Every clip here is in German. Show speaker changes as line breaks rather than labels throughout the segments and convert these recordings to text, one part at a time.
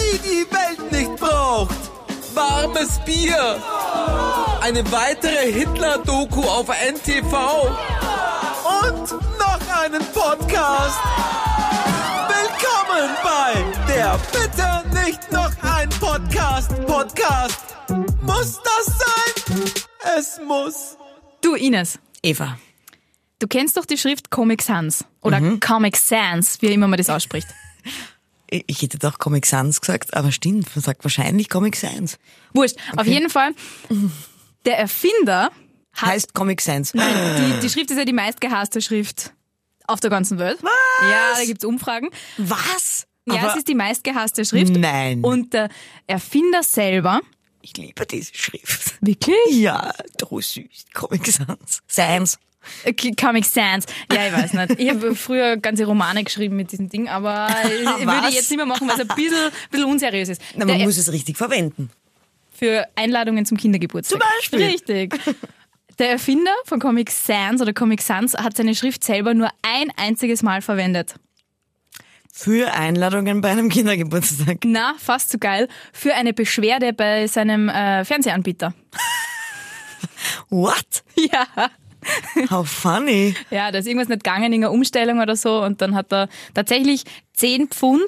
die die Welt nicht braucht. Warmes Bier. Eine weitere Hitler-Doku auf NTV. Und noch einen Podcast. Willkommen bei der Bitte nicht noch ein Podcast. Podcast. Muss das sein? Es muss.
Du, Ines,
Eva.
du kennst doch die Schrift Comic Sans oder
Mhm.
Comic Sans, wie immer man das ausspricht.
Ich hätte doch Comic Sans gesagt, aber stimmt, man sagt wahrscheinlich Comic Sans.
Wurscht. Auf jeden Fall, der Erfinder hat
Heißt Comic Sans.
Die, die Schrift ist ja die meistgehasste Schrift auf der ganzen Welt. Was? Ja, da gibt's Umfragen.
Was?
ja,
aber
es ist die meistgehasste Schrift.
Nein.
Und der Erfinder selber.
ich liebe diese Schrift.
Wirklich?
Ja, trop süß. Comic Sans. Sans.
Comic Sans. Ja, ich weiß nicht. Ich habe früher ganze Romane geschrieben mit diesem Ding, aber ich würde
Was?
ich jetzt nicht mehr machen, weil es ein bisschen, bisschen unseriös ist.
Na, man
Der-
muss es richtig verwenden.
für Einladungen zum Kindergeburtstag.
Zum Beispiel.
Richtig. Der Erfinder von Comic Sans oder Comic Sans hat seine Schrift selber nur ein einziges Mal verwendet.
Für Einladungen bei einem Kindergeburtstag.
Na, fast zu geil. Für eine Beschwerde bei seinem äh, Fernsehanbieter.
What?
Ja.
How funny.
Ja, da ist irgendwas nicht gegangen in einer Umstellung oder so und dann hat er tatsächlich 10 Pfund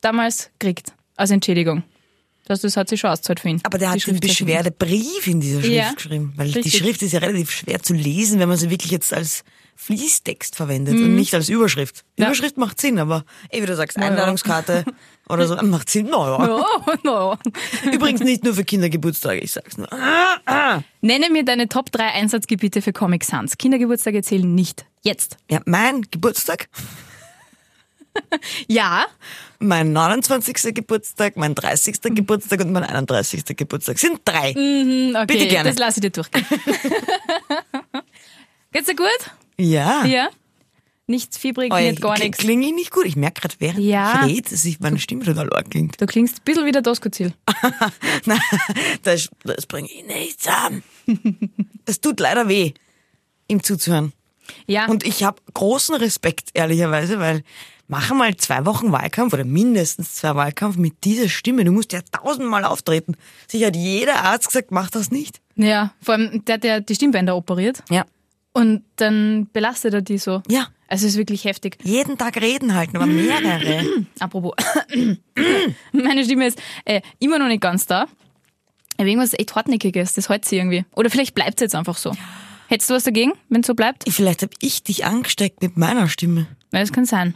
damals gekriegt als Entschädigung. Das, das hat sich schon ausgezahlt für ihn.
Aber der
Die
hat einen
Schriftzeichen.
Beschwerdebrief in dieser Schrift
Ja,
geschrieben. Weil
richtig.
die Schrift ist ja relativ schwer zu lesen, wenn man sie wirklich jetzt als Fließtext verwendet und nicht als Überschrift.
Mhm. Ja.
Überschrift macht Sinn, aber eh, wie du sagst,
ja.
Einladungskarte oder so, macht Sinn. Naja.
Oh, no.
Übrigens nicht nur für Kindergeburtstage, ich sag's nur.
Nenne mir deine Top 3 Einsatzgebiete für Comic Sans. Kindergeburtstage zählen nicht. Jetzt.
Ja, mein Geburtstag,
Ja,
mein 29. Geburtstag, mein 30. Geburtstag und mein 31. Geburtstag sind drei.
Mhm. Hm, okay,
Bitte gerne.
das lasse ich dir durchgehen. Geht's dir gut?
Ja.
Ja. Nichts fiebrig,
Oi,
nicht gar
kling-
nichts.
Klinge ich nicht gut. Ich merke gerade, während
Ja.
ich rede, dass ich meine Stimme total arg klingt.
Du klingst ein bisschen wie der Doskozil.
Nein, das, das bringe ich nicht zusammen. Es tut leider weh, ihm zuzuhören.
Ja,
Und ich habe großen Respekt, ehrlicherweise, weil mache mal zwei Wochen Wahlkampf oder mindestens zwei Wahlkampf mit dieser Stimme. Du musst ja tausendmal auftreten. Sicher hat jeder Arzt gesagt, mach das nicht.
ja, vor allem, der hat ja die Stimmbänder operiert
Ja.
und dann belastet er die so.
Ja.
Also es ist wirklich heftig.
Jeden Tag reden halten, aber mehrere.
Apropos, meine Stimme ist äh, immer noch nicht ganz da. Aber irgendwas echt Hartnäckiges, das hält sie irgendwie. Oder vielleicht bleibt es jetzt einfach so. Hättest du was dagegen, wenn es so bleibt?
Vielleicht habe ich dich angesteckt mit meiner Stimme.
Ja, das kann sein.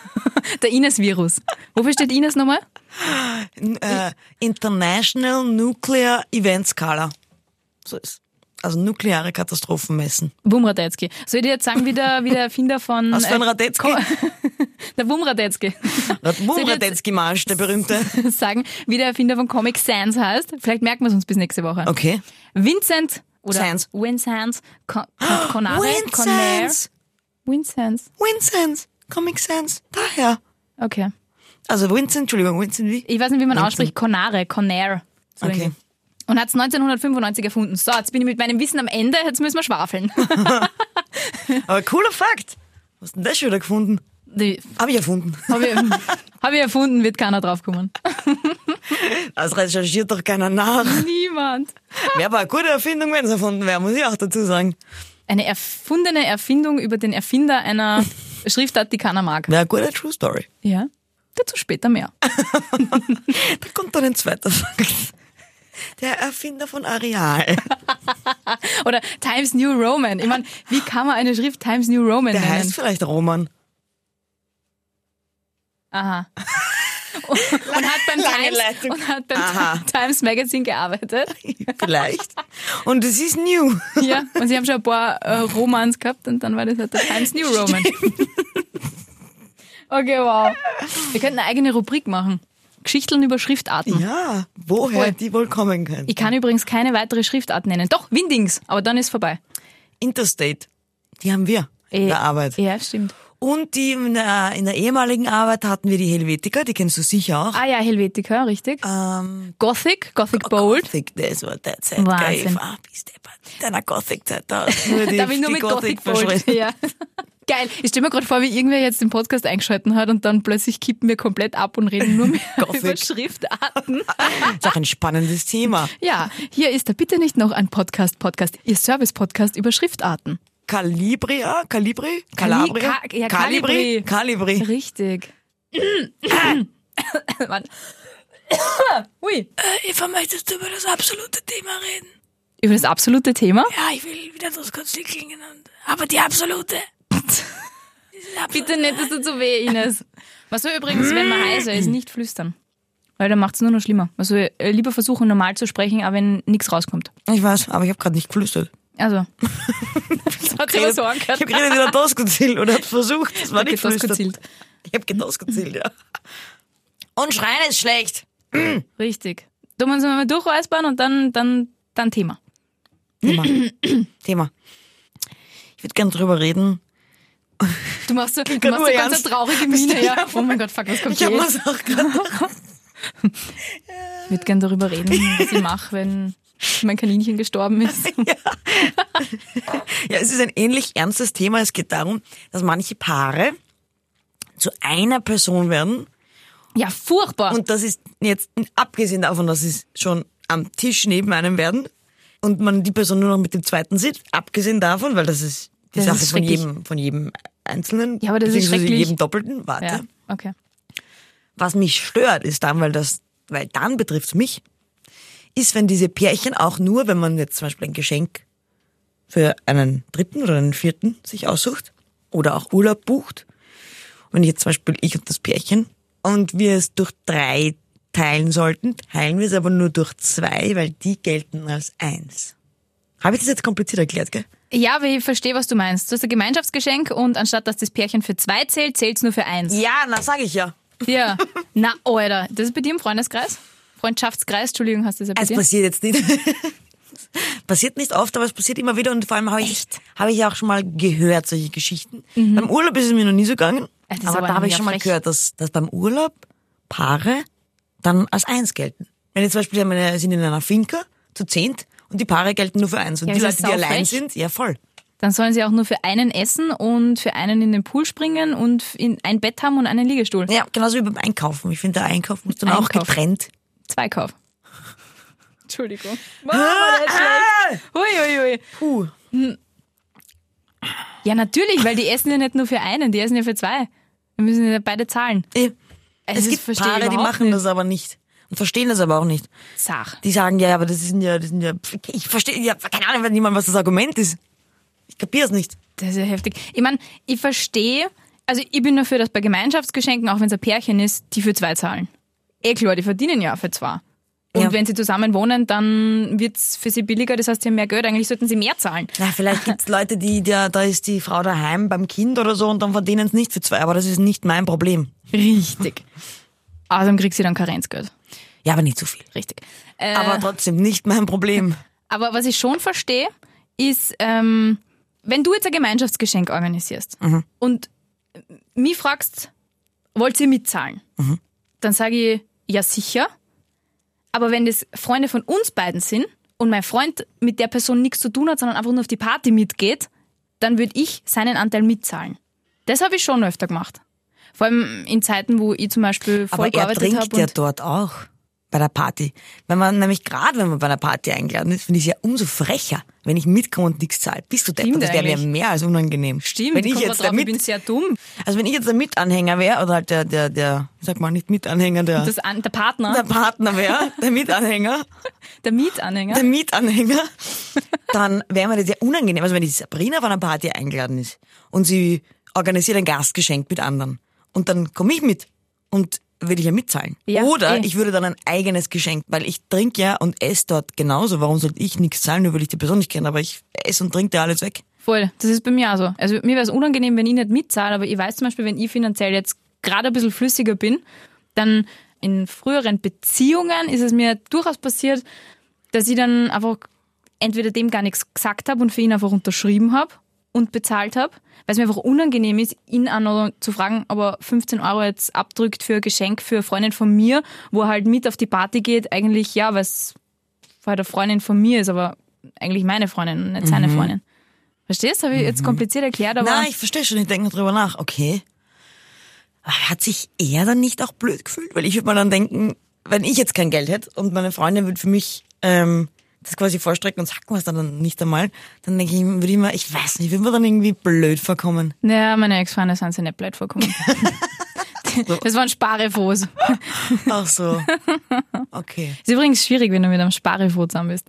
Der Ines-Virus. Wofür steht Ines nochmal?
Äh, International Nuclear Event Scala. So ist. Also nukleare Katastrophen messen.
Wumradetzky. Soll ich dir jetzt sagen, wie der, wie der Erfinder von...
Was für ein
äh,
Radetzky?
der Wumradetzky. Soll ich dir jetzt
Wumradetzky Marsch, der berühmte.
sagen, wie der Erfinder von Comic Sans heißt? Vielleicht merken wir es uns bis nächste Woche.
Okay.
Vincent oder
Sans.
Vincent Con Con Conare. Conare.
Winsens!
Vincent.
Winsens! Comic Sans. Daher.
Okay.
Also Vincent, Entschuldigung, Vincent wie?
Ich weiß nicht, wie man
Vincent.
ausspricht. Conare. Conare. So
Okay.
irgendwie. Und hat es 1995 erfunden. So, jetzt bin ich mit meinem Wissen am Ende. Jetzt müssen wir schwafeln.
Aber cooler Fakt. Was hast denn das schon wieder gefunden?
Die
Habe ich erfunden.
Habe ich, hab ich erfunden, wird keiner draufkommen.
Das recherchiert doch keiner nach.
Niemand.
Wäre aber eine gute Erfindung, wenn es erfunden wäre, muss ich auch dazu sagen.
Eine erfundene Erfindung über den Erfinder einer Schriftart, die keiner mag.
Wäre eine gute True Story.
Ja. Dazu später mehr.
Da kommt dann ein zweiter Fakt. Der Erfinder von Areal.
Oder Times New Roman. Ich meine, wie kann man eine Schrift Times New Roman
Der
nennen?
heißt vielleicht Roman.
Aha. Und hat beim,
Lange
Times,
Leitung.
und hat beim
Aha.
Times Magazine gearbeitet.
Vielleicht. Und es ist new.
Ja, und sie haben schon ein paar äh, Romans gehabt und dann war das halt der Times New Roman. Okay, wow. Wir könnten eine eigene Rubrik machen. Geschichteln über Schriftarten.
Ja, woher
Voll.
die wohl kommen können.
Ich kann übrigens keine weitere Schriftart nennen. Doch, Windings, aber dann ist vorbei.
Interstate. Die haben wir in der Arbeit.
Ja, stimmt.
Und die in der, in der ehemaligen Arbeit hatten wir die Helvetica, die kennst du sicher auch.
Ah ja, Helvetica, richtig.
Ähm,
Gothic, Gothic Bold.
Gothic, das war der Zeit.
Wahnsinn.
Wahnsinn. Deiner Gothic-Zeit. Da hast du nur die,
da bin ich nur
die
mit Gothic,
verschrieben.
Bold. Ja. Geil. Ich stelle mir gerade vor, wie irgendwer jetzt den Podcast eingeschalten hat und dann plötzlich kippen wir komplett ab und reden nur mehr
Gothic.
über Schriftarten.
Ist auch ein spannendes Thema.
Ja, hier ist da bitte nicht noch ein Podcast, Podcast, Ihr Service-Podcast über Schriftarten.
Calibria? Calibri?
Kali-
Calabria?
Ka- ja, Calibri.
Calibri? Calibri.
Richtig. Mann. Ui.
Eva, möchtest du über das absolute Thema reden?
Über das absolute Thema?
Ja, ich will wieder das Kurzlichling genannt. Aber die absolute.
Bitte nicht, dass du zu weh, Ines. Man soll übrigens, wenn man heiser ist, nicht flüstern. Weil dann macht es nur noch schlimmer. Man soll äh, lieber versuchen, normal zu sprechen, aber wenn nichts rauskommt.
Ich weiß, aber ich habe gerade nicht geflüstert.
Also. das hat sich aber so
ich habe
angehört.
geredet wie der Doskozil und habe versucht. Das war
Okay,
nicht geflüstert.
Doskozil.
Ich habe gedausgezielt, ja. Und schreien ist schlecht.
Richtig. Du musst mal durchreißbaren und dann, dann, dann Thema.
Thema. Thema. Ich würde gerne drüber reden.
Du machst so, du
kann
machst
nur
so ganz
ernst.
eine traurige Miene, ja.
Ja,
Oh mein Gott, fuck, was kommt
Ich habe
hier?
was auch gerade.
Ich würde gerne darüber reden, was ich mache, wenn mein Kaninchen gestorben ist.
Ja, es ist ein ähnlich ernstes Thema. Es geht darum, dass manche Paare zu einer Person werden.
Ja, furchtbar.
Und das ist jetzt, abgesehen davon, dass es schon am Tisch neben einem werden und man die Person nur noch mit dem zweiten sieht, abgesehen davon, weil das ist die
Das
Sache
ist
von
schrecklich.
jedem, von jedem Einzelnen,
Ja, aber das ist
beziehungsweise
schrecklich.
jedem Doppelten, warte.
ja, okay.
Was mich stört, ist dann, weil das, weil dann betrifft's mich, ist, wenn diese Pärchen auch nur, wenn man jetzt zum Beispiel ein Geschenk für einen dritten oder einen vierten sich aussucht oder auch Urlaub bucht, wenn jetzt zum Beispiel ich und das Pärchen und wir es durch drei teilen sollten, teilen wir es aber nur durch zwei, weil die gelten als eins. Habe ich das jetzt kompliziert erklärt, gell?
Ja, aber ich verstehe, was du meinst. Du hast ein Gemeinschaftsgeschenk und anstatt, dass das Pärchen für zwei zählt, zählt's nur für eins.
Ja, na sage ich ja.
Ja. Na, Alter. Das ist bei dir im Freundeskreis? Freundschaftskreis, Entschuldigung, hast du das ja bei
Es
dir?
passiert jetzt nicht. passiert nicht oft, aber es passiert immer wieder und vor allem habe ich, habe ich auch schon mal gehört, solche Geschichten. Beim Urlaub ist es mir noch nie so gegangen,
Mhm. Das ist
aber,
aber
da habe ich
mega
schon mal
frech.
gehört, dass, dass beim Urlaub Paare dann als eins gelten. Wenn jetzt zum Beispiel meine sind in einer Finca zu zehnt und die Paare gelten nur für eins und
Ja,
die
das
Leute,
ist
die allein
saufrech.
sind, ja voll.
Dann sollen sie auch nur für einen essen und für einen in den Pool springen und in ein Bett haben und einen Liegestuhl.
Ja, genauso wie beim Einkaufen. Ich finde, der Einkauf muss dann auch
Einkauf.
getrennt.
Zweikauf. Entschuldigung. Wow, war das schlecht. Hui, hui, hui.
Puh.
Ja, natürlich, weil die essen ja nicht nur für einen, die essen ja für zwei. Wir müssen ja beide zahlen.
Eh,
Also
Es
das
gibt
verstehe ich
Paare, die
überhaupt
machen
nicht.
das aber nicht und verstehen das aber auch nicht.
Sach.
die sagen, ja, aber das sind ja, das sind ja, ich verstehe, ja, keine Ahnung, wenn niemand, was das Argument ist. Ich kapiere es nicht.
Das ist ja heftig. Ich meine, ich verstehe, also ich bin dafür, dass bei Gemeinschaftsgeschenken, auch wenn es ein Pärchen ist, die für zwei zahlen. Eh klar, die verdienen ja für zwei. Und
Ja.
wenn sie zusammen wohnen, dann wird's für sie billiger, das heißt, sie haben mehr Geld. Eigentlich sollten sie mehr zahlen.
Na, vielleicht gibt's Leute, die, da, da ist die Frau daheim beim Kind oder so und dann verdienen es nicht für zwei, aber das ist nicht mein Problem.
Richtig. Außerdem kriegt sie dann Karenzgeld.
Ja, aber nicht zu so viel.
Richtig. Äh,
Aber trotzdem nicht mein Problem.
Aber was ich schon verstehe, ist, ähm, wenn du jetzt ein Gemeinschaftsgeschenk organisierst und mich fragst, wollt ihr mitzahlen? Dann sage ich, ja sicher. Aber wenn das Freunde von uns beiden sind und mein Freund mit der Person nichts zu tun hat, sondern einfach nur auf die Party mitgeht, dann würde ich seinen Anteil mitzahlen. Das habe ich schon öfter gemacht. Vor allem in Zeiten, wo ich zum Beispiel voll
Aber er
gearbeitet
trinkt
habe.
ja
und-
dort auch. Bei der Party. Wenn man nämlich gerade, wenn man bei einer Party eingeladen ist, finde ich es ja umso frecher, wenn ich mitkomme und nichts zahle. Bist du deppert?
Stimmt
Das wäre mir
eigentlich.
mehr als unangenehm.
Stimmt,
wenn ich
kommt
jetzt
drauf, ich
damit,
bin sehr dumm.
also wenn ich jetzt der Mitanhänger wäre oder halt der, der, der, ich sag mal nicht Mitanhänger, der
Das, an- der Partner,
der Partner wäre, der Mitanhänger,
der Mietanhänger.
der Mietanhänger, dann wäre mir das ja unangenehm. Also wenn die Sabrina von einer Party eingeladen ist und sie organisiert ein Gastgeschenk mit anderen und dann komme ich mit und würde ich ja mitzahlen.
Ja,
Oder
eh.
ich würde dann ein eigenes Geschenk, weil ich trinke ja und esse dort genauso. Warum sollte ich nichts zahlen, nur weil ich die Person nicht kenne, aber ich esse und trinke da alles weg.
Voll, das ist bei mir auch so. Also mir wäre es unangenehm, wenn ich nicht mitzahle, aber ich weiß zum Beispiel, wenn ich finanziell jetzt gerade ein bisschen flüssiger bin, dann in früheren Beziehungen ist es mir durchaus passiert, dass ich dann einfach entweder dem gar nichts gesagt habe und für ihn einfach unterschrieben habe und bezahlt habe, weil es mir einfach unangenehm ist, ihn auch noch zu fragen, ob er 15 Euro jetzt abdrückt für ein Geschenk für eine Freundin von mir, wo er halt mit auf die Party geht, eigentlich ja, weil es halt eine Freundin von mir ist, aber eigentlich meine Freundin und nicht seine Freundin. Verstehst? Habe ich jetzt kompliziert erklärt, aber
Mhm. Nein, ich verstehe schon, ich denke drüber nach. Okay. Aber Hat sich er dann nicht auch blöd gefühlt? Weil ich würde mal dann denken, wenn ich jetzt kein Geld hätte und meine Freundin würde für mich ähm, das quasi vorstrecken und sagt mir es dann nicht einmal, dann denke ich, würde ich mal, ich weiß nicht, würde mir dann irgendwie blöd vorkommen.
ja, meine Ex-Freunde sind sich nicht blöd vorkommen. das waren Sparefos.
Ach so. Okay.
Ist übrigens schwierig, wenn du mit einem Sparefo zusammen bist.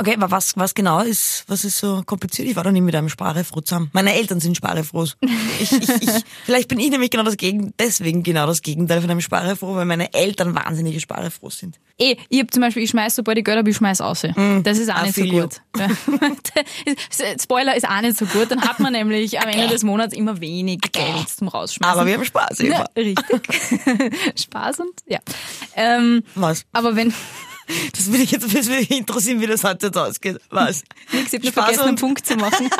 Okay, aber was, was genau ist, was ist so kompliziert? Ich war doch nie mit einem Sparefroh zusammen. Meine Eltern sind Sparefrohs. Ich, ich, ich, vielleicht bin ich nämlich genau das Gegenteil, deswegen genau das Gegenteil von einem Sparefroh, weil meine Eltern wahnsinnige Sparefrohs sind.
Eh, ich hab zum Beispiel, ich schmeiß, sobald ich Geld habe, ich schmeiß aus.
Mm.
Das ist auch nicht so
Affilio.
gut. Ja. Spoiler ist auch nicht so gut. Dann hat man nämlich am Ende des Monats immer wenig Geld zum Rausschmeißen.
Aber wir haben Spaß
ja,
immer.
richtig. Spaß und ja. Ähm,
Was?
aber wenn
Das würde ich jetzt das würde mich interessieren, wie das heute jetzt ausgeht. Was?
nix, ich hab nur vergessen, einen
und,
Punkt zu machen.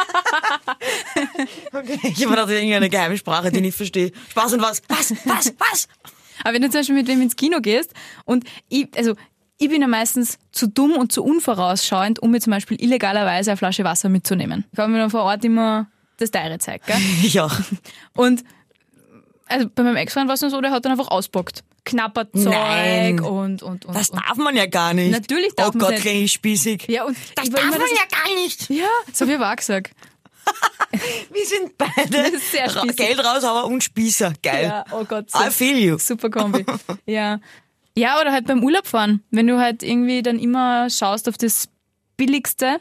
okay. Ich habe gedacht, irgendeine geheime Sprache, die ich nicht verstehe. Spaß und was? Was? Was? Was?
Aber wenn du zum Beispiel mit wem ins Kino gehst und ich, also ich bin ja meistens zu dumm und zu unvorausschauend, um mir zum Beispiel illegalerweise eine Flasche Wasser mitzunehmen. Ich habe mir dann vor Ort immer das Teure zeigt, gell?
Ich auch.
Und also bei meinem Ex-Freund war es nur so, der hat dann einfach auspackt. Knapperzeug
Nein.
und, und, und.
Das
und.
darf man ja gar nicht.
Natürlich darf
Oh
man's
Gott,
nicht.
klinge ich spießig.
Ja, und
Das
ich war
darf
immer
man ja gar nicht.
Ja, so wie war gesagt.
Wir sind beide
ist sehr
Ra-
spießig.
Geldraushaber und Spießer. Geil.
Ja, oh Gott. So.
I feel you.
Super Kombi. Ja. Ja, oder halt beim Urlaub fahren. Wenn du halt irgendwie dann immer schaust auf das Billigste,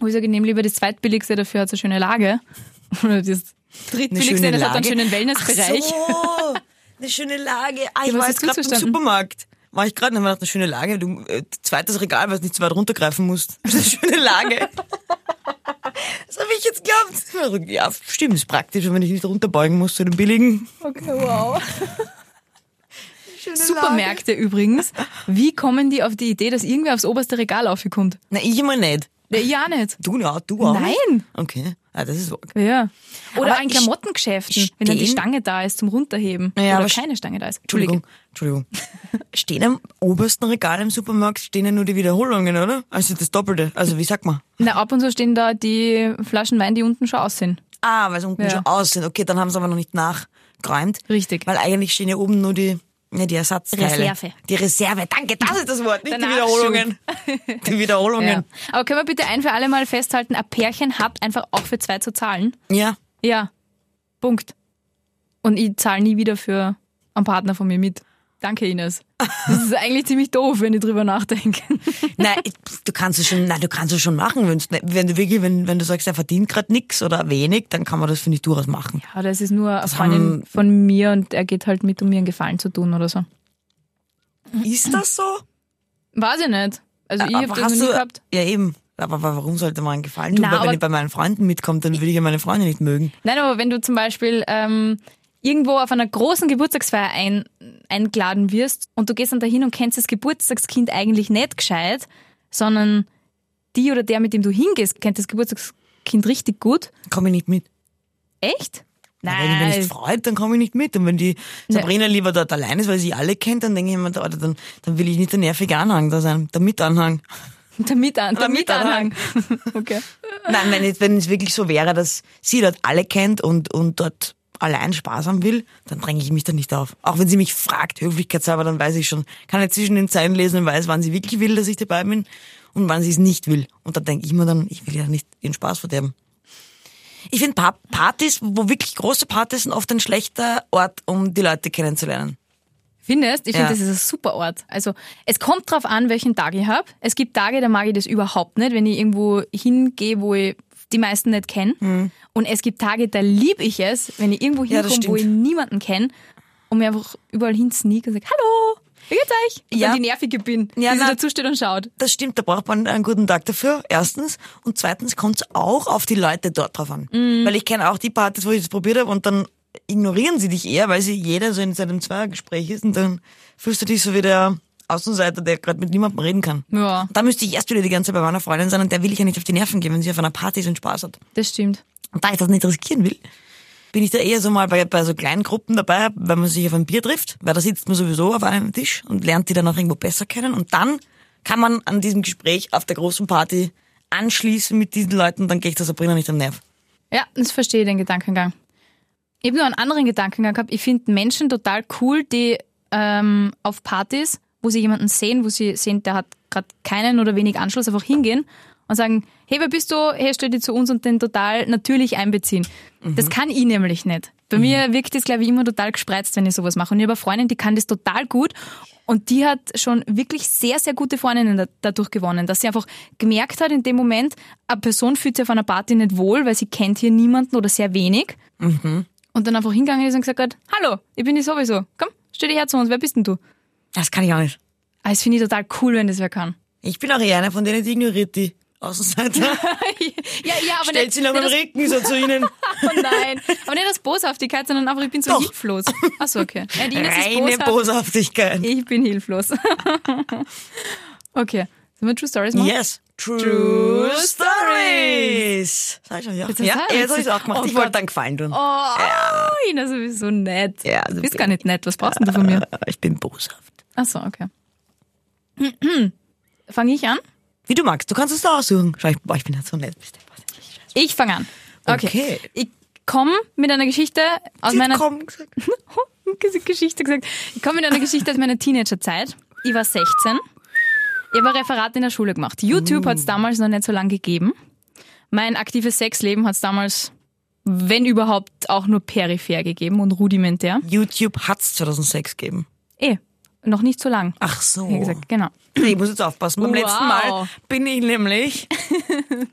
wo ich sage, ich nehme lieber das Zweitbilligste, dafür hat es eine schöne Lage. Oder das Drittbilligste, das hat dann einen schönen Wellnessbereich.
Ach so, eine schöne Lage. Ah, ich
was
war
hast
jetzt
du
gerade im
verstanden?
Supermarkt. War ich gerade, dann war eine schöne Lage. Du, äh, zweites Regal, weil du nicht zu weit runtergreifen musst. Das ist eine schöne Lage. das habe ich jetzt gehabt. Ja, stimmt, ist praktisch, wenn ich nicht runterbeugen muss zu den billigen.
Okay, wow.
Schöne Lage.
Supermärkte übrigens. Wie kommen die auf die Idee, dass irgendwer aufs oberste Regal aufgekommt?
Na, ich immer nicht.
Ja, ich auch nicht.
Du, ja, du auch. nicht?
Nein.
Okay. Ah, das ist so.
Ja. Oder
Aber
in
ich-
Klamottengeschäften, wenn dann die
stehen-
Stange da ist zum Runterheben.
Ja,
Oder
aber sch-
keine Stange da ist.
Entschuldigung, Entschuldigung. Stehen am obersten Regal im Supermarkt stehen ja nur die Wiederholungen, oder? Also das Doppelte. Also wie sagt man?
Na, ab und zu stehen da die Flaschen Wein, die unten schon aussehen.
Ah, weil sie unten
Ja.
schon aus sind. Okay, dann haben sie aber noch nicht nachgeräumt.
Richtig.
Weil eigentlich stehen ja oben nur die, ja, die Ersatzteile.
Reserve.
Die Reserve. Danke, das ist das Wort, nicht
Der
die Wiederholungen. Die
Ja.
Wiederholungen.
Aber können wir bitte ein für alle Mal festhalten, ein Pärchen hat einfach auch für zwei zu zahlen.
Ja.
Ja. Punkt. Und ich zahle nie wieder für einen Partner von mir mit. Danke, Ines. Das ist eigentlich ziemlich doof, wenn ich drüber nachdenke.
Nein, ich- du kannst es schon, nein, du kannst es schon machen, wenn's, ne- wenn du wirklich, wenn, wenn du sagst, er verdient gerade nix oder wenig, dann kann man das finde ich durchaus machen.
Aber das ist nur eine Freundin von mir und er geht halt mit, um mir einen Gefallen zu tun oder so.
Ist das so?
Weiß ich nicht. Also ich habe
Aber
das noch nie gehabt.
Ja, eben. Aber wa- warum sollte man einen Gefallen tun?
Na,
Weil
aber-
wenn ich bei meinen Freunden mitkomme, dann würde ich ja meine Freunde nicht mögen.
Nein, aber wenn du zum Beispiel ähm, irgendwo auf einer großen Geburtstagsfeier ein, eingeladen wirst und du gehst dann dahin und kennst das Geburtstagskind eigentlich nicht gescheit, sondern die oder der, mit dem du hingehst, kennt das Geburtstagskind richtig gut.
Komme ich nicht mit.
Echt?
Wenn ich mich nicht freut, dann komme ich nicht mit. Und wenn die Sabrina lieber dort allein ist, weil sie alle kennt, dann denke ich mir, Alter, dann, dann will ich nicht der nervige Anhang da sein, der Mitanhang.
Der, Mitan der
Der Mitanhang.
Mitanhang. okay.
Nein, wenn es wenn es wirklich so wäre, dass sie dort alle kennt und, und dort allein Spaß haben will, dann dränge ich mich da nicht auf. Auch wenn sie mich fragt, höflichkeitshalber, dann weiß ich schon, kann ich zwischen den Zeilen lesen und weiß, wann sie wirklich will, dass ich dabei bin und wann sie es nicht will. Und dann denke ich mir dann, ich will ja nicht ihren Spaß verderben. Ich finde pa Partys, wo wirklich große Partys sind, oft ein schlechter Ort, um die Leute kennenzulernen.
Findest? Ich
Ja.
finde, das ist ein super Ort. Also es kommt drauf an, welchen Tag ich habe. Es gibt Tage, da mag ich das überhaupt nicht, wenn ich irgendwo hingehe, wo ich die meisten nicht kenne. Und es gibt Tage, da liebe ich es, wenn ich irgendwo
Hm. Ja, das
hinkomme, wo ich
stimmt.
niemanden kenne und mir einfach überall hin sneak und sage, hallo, wie geht's euch? Und
Ja.
dann die Nervige bin,
Ja,
die so
na-
dazu steht und schaut.
Das stimmt, da braucht man einen guten Tag dafür, erstens. Und zweitens kommt es auch auf die Leute dort drauf an. Weil ich kenne auch die Partys, wo ich das probiert habe und dann ignorieren sie dich eher, weil sie jeder so in seinem Zweiergespräch ist und dann fühlst du dich so wie der Außenseiter, der gerade mit niemandem reden kann.
Ja,
Da müsste ich erst wieder die ganze Zeit bei meiner Freundin sein und der will ich ja nicht auf die Nerven gehen, wenn sie auf einer Party ist und Spaß hat.
das stimmt.
Und da ich das nicht riskieren will, bin ich da eher so mal bei, bei so kleinen Gruppen dabei, wenn man sich auf ein Bier trifft, weil da sitzt man sowieso auf einem Tisch und lernt die dann auch irgendwo besser kennen und dann kann man an diesem Gespräch auf der großen Party anschließen mit diesen Leuten, dann gehe ich der Sabrina nicht am Nerv.
Ja, das verstehe ich den Gedankengang. Ich habe nur einen anderen Gedankengang gehabt. Ich finde Menschen total cool, die ähm, auf Partys, wo sie jemanden sehen, wo sie sehen, der hat gerade keinen oder wenig Anschluss, einfach hingehen und sagen, hey, wer bist du? Hey, stell dich zu uns und den total natürlich einbeziehen. Das kann ich nämlich nicht. Bei mir wirkt das, glaube ich, immer total gespreizt, wenn ich sowas mache. Und ich habe eine Freundin, die kann das total gut. Und die hat schon wirklich sehr, sehr gute Freundinnen da- dadurch gewonnen, dass sie einfach gemerkt hat in dem Moment, eine Person fühlt sich auf einer Party nicht wohl, weil sie kennt hier niemanden oder sehr wenig. Und dann einfach hingegangen ist und gesagt hat, hallo, ich bin die sowieso. Komm, stell dich her zu uns, wer bist denn du?
Das kann ich auch nicht.
Ah, Das finde ich total cool, wenn das wer kann.
Ich bin auch eher einer von denen, die ignoriert die Außenseiter.
ja, ja, aber
Stellt
nicht,
sie noch am
nicht
Rücken so zu ihnen.
das, oh nein. Aber nicht das Boshaftigkeit, sondern einfach, ich bin so
Doch.
hilflos. Achso, okay. Ja, die Ines ist
Reine
boshaft,
Boshaftigkeit.
ich bin hilflos. okay, sollen wir True Stories machen?
Yes. True Stories. Sag ich schon, ja.
hast
Ja,
du-
jetzt habe ich es auch gemacht.
Oh
ich
Gott.
wollte dann gefallen tun.
Oh, Ines, du bist so nett.
Ja,
du
du
bist
bist-
gar nicht nett. Was brauchst denn du von mir?
Äh, Ich bin boshaft.
Achso, okay. Fange ich an?
Wie du magst. Du kannst es da aussuchen. Schau, ich, boah, ich bin halt so nett. Bist du boshaft?
Ich fange an. Okay.
Okay.
Ich komme mit einer Geschichte aus
Sie hat
meiner
komm gesagt.
Diese Geschichte gesagt. Ich komme mit einer Geschichte aus meiner Teenagerzeit. Ich war 16. Ich habe ein Referat in der Schule gemacht. YouTube hat es damals noch nicht so lange gegeben. Mein aktives Sexleben hat es damals, wenn überhaupt, auch nur peripher gegeben und rudimentär.
YouTube hat's 2006 gegeben.
Eh, noch nicht so lang.
Ach so.
Wie gesagt, genau.
Ich muss jetzt aufpassen. Beim
Wow.
letzten Mal bin ich nämlich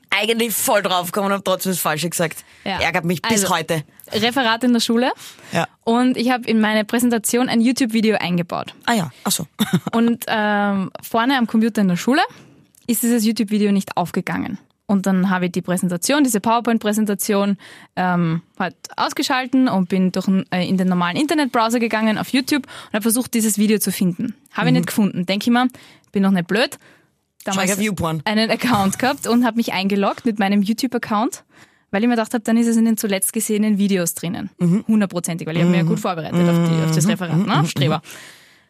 eigentlich voll draufgekommen und habe trotzdem das Falsche gesagt.
Ja.
Ärgert mich bis
Also.
heute.
Referat in der Schule.
Ja.
Und ich habe in meine Präsentation ein YouTube-Video eingebaut.
Ah ja, ach so.
Und ähm, vorne am Computer in der Schule ist dieses YouTube-Video nicht aufgegangen. Und dann habe ich die Präsentation, diese PowerPoint-Präsentation, ähm, halt ausgeschalten und bin durch, den- äh, in den normalen Internetbrowser gegangen auf YouTube und habe versucht, dieses Video zu finden. Habe ich nicht gefunden. Denke ich mir, bin noch nicht blöd.
Mhm. Schau ich auf YouPorn.
einen Account gehabt und habe mich eingeloggt mit meinem YouTube-Account, weil ich mir gedacht habe, dann ist es in den zuletzt gesehenen Videos drinnen.
Mhm.
Hundertprozentig, weil ich habe mir ja gut vorbereitet auf, die, auf das Referat. Ne? Streber.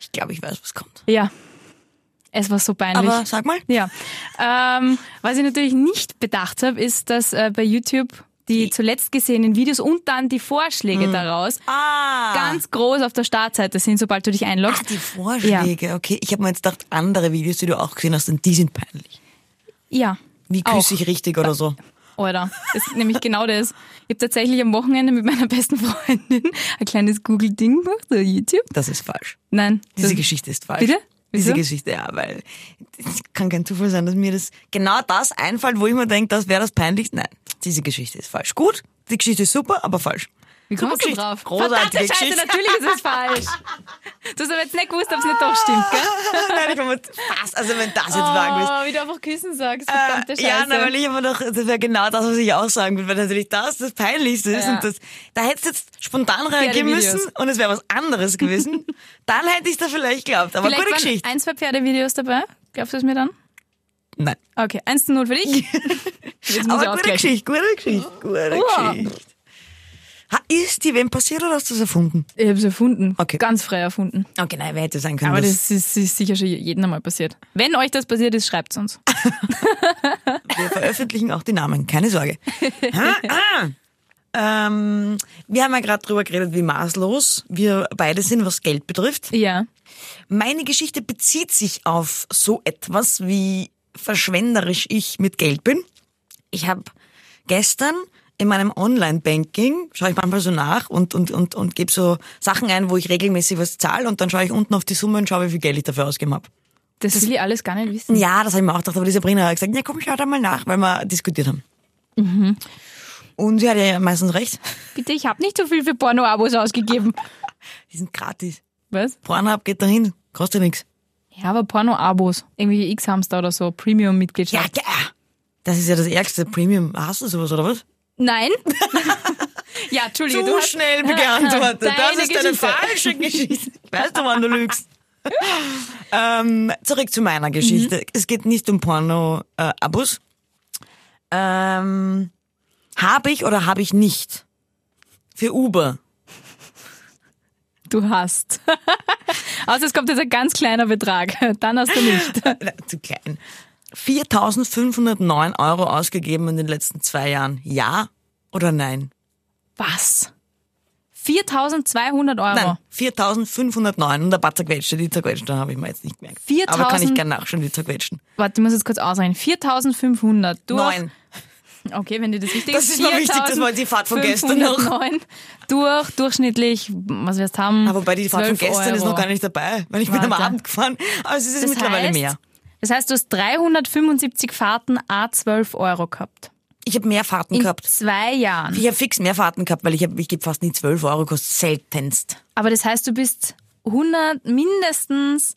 Ich glaube, ich weiß, was kommt.
Ja. Es war so peinlich.
Aber sag mal.
ja. Ähm, was ich natürlich nicht bedacht habe, ist, dass äh, bei YouTube die zuletzt gesehenen Videos und dann die Vorschläge daraus
Hm. Ah.
ganz groß auf der Startseite sind, sobald du dich
Ah,
einloggst.
die Vorschläge, okay. Ich habe mir jetzt gedacht, andere Videos, die du auch gesehen hast, und die sind peinlich.
Ja.
Wie
Auch.
küsse ich richtig oder so.
Oder? Das ist nämlich genau das. Ich habe tatsächlich am Wochenende mit meiner besten Freundin ein kleines Google-Ding gemacht, oder YouTube.
Das ist falsch.
Nein.
Diese
das-
Geschichte ist falsch.
Bitte?
Diese
Wieso?
Geschichte, ja, weil es kann kein Zufall sein, dass mir das genau das einfällt, wo ich mir denke, das wäre das peinlich. Nein, diese Geschichte ist falsch. Gut, die Geschichte ist super, aber falsch.
Wie
Super
kommst du
Geschichte.
drauf?
Großartige
Verdammte Scheiße,
Geschichte.
natürlich ist es falsch. Du hast aber jetzt nicht gewusst, ob es nicht doch stimmt, gell?
Nein, ich war mir fast, also wenn das jetzt
Oh,
wagen ist.
wie du einfach küssen sagst. Verdammte Scheiße.
Ja, na, weil ich immer doch, das wäre genau das, was ich auch sagen würde, weil natürlich das das Peinlichste ist
Ja.
und das, da hättest du jetzt spontan reagieren
Pferdevideos.
müssen und es wäre was anderes gewesen. dann hätte ich da vielleicht geglaubt, aber
Vielleicht
gute
waren
Geschichte.
ein, zwei Pferdevideos dabei. Glaubst du es mir dann?
Nein,
Okay, 1 zu 0 für dich. Jetzt muss ich
aber gute
ausgleichen.
Geschichte, gute Geschichte, gute
Uah.
Geschichte. Ha, ist die wem passiert oder hast du es erfunden?
Ich habe es erfunden.
Okay.
Ganz frei erfunden.
Okay, nein, Oh, genau, wer hätte sein können.
Aber
dass
das ist, ist sicher schon jedem einmal passiert. Wenn euch das passiert ist, schreibt uns.
Ah. wir veröffentlichen auch die Namen, keine Sorge. ah. ähm, wir haben ja gerade drüber geredet, wie maßlos wir beide sind, was Geld betrifft.
Ja.
Meine Geschichte bezieht sich auf so etwas, wie verschwenderisch ich mit Geld bin. Ich habe gestern in meinem Online-Banking, schaue ich manchmal so nach und, und, und, und gebe so Sachen ein, wo ich regelmäßig was zahle und dann schaue ich unten auf die Summe und schaue, wie viel Geld ich dafür ausgegeben habe.
Das, will ich alles gar nicht wissen.
Ja, das habe ich mir auch gedacht, aber die Sabrina hat gesagt, ja komm, schau da mal nach, weil wir diskutiert haben. Und sie hat ja meistens recht,
Bitte, ich habe nicht so viel für Porno-Abos ausgegeben.
die sind gratis.
Was?
Pornhub geht dahin, kostet nichts.
Ja, aber Porno-Abos. Irgendwelche X-Hamster oder so.
Ja,
Premium-Mitgliedschaft.
ja, das ist ja das ärgste Premium. Hast du sowas oder was?
Nein. ja, Entschuldige.
zu
du hast-
schnell geantwortet. das
Deine
ist deine
Geschichte.
falsche Geschichte. Weißt du, wann du lügst? ähm, zurück zu meiner Geschichte.
Mhm.
Es geht nicht um Porno-Abos. ähm, habe ich oder habe ich nicht? Für Uber.
Du hast. Außer es kommt jetzt ein ganz kleiner Betrag. Dann hast du nicht.
Na, zu klein. 4.509 Euro ausgegeben in den letzten zwei Jahren. Ja oder nein?
Was? 4200 Euro.
Nein, 4.509 und der paar zerquetschte, die zerquetschte habe ich mir jetzt nicht gemerkt.
4.000
Aber kann ich gerne nachschauen, die zerquetschten.
Warte, ich muss jetzt kurz ausrechnen. 4500 durch.
Nein,
Okay, wenn dir das wichtig
Das ist noch wichtig, das war die Fahrt von gestern noch.
4.509 durch durchschnittlich, was wir jetzt haben.
aber Ah, wobei die Fahrt von
12
gestern ist
Euro.
noch gar nicht dabei, weil ich bin am
Warte.
Abend gefahren, aber es ist
Das
mittlerweile
heißt,
mehr.
Das heißt, du hast 375 Fahrten A12 Euro gehabt.
Ich habe mehr Fahrten
In
gehabt.
zwei Jahren.
Ich habe fix mehr Fahrten gehabt, weil ich, hab- ich gebe fast nie 12 Euro, kostet seltenst.
Aber das heißt, du bist 100, mindestens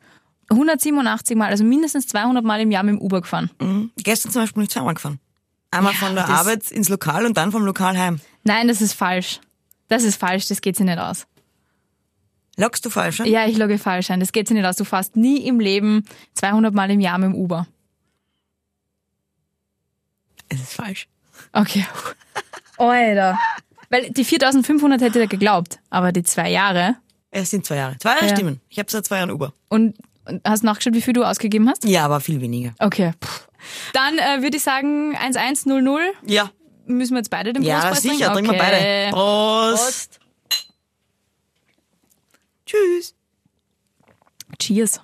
187 Mal, also mindestens 200 Mal im Jahr mit dem Uber gefahren.
Gestern zum Beispiel bin ich zweimal gefahren. Einmal
Ja,
von der
das-
Arbeit ins Lokal und dann vom Lokal heim.
Nein, das ist falsch. Das ist falsch, das geht sich nicht aus.
Lockst du falsch ne? an?
Ja, ich logge falsch ein. Das geht sich nicht aus. Du fährst nie im Leben 200 Mal im Jahr mit dem Uber.
Es ist falsch.
Okay. Alter. Weil die 4500 hätte er geglaubt, aber die zwei Jahre.
Es sind zwei Jahre. Zwei Jahre
Ja.
stimmen. Ich habe seit zwei Jahren Uber.
Und, und hast nachgeschaut, wie viel du ausgegeben hast?
Ja, aber viel weniger.
Okay. Puh. Dann äh, würde ich sagen, 1100
Ja.
müssen wir jetzt beide den
Ja,
Prost
sicher.
trinken.
Trinken wir beide. Prost. Tschüss.
Cheers.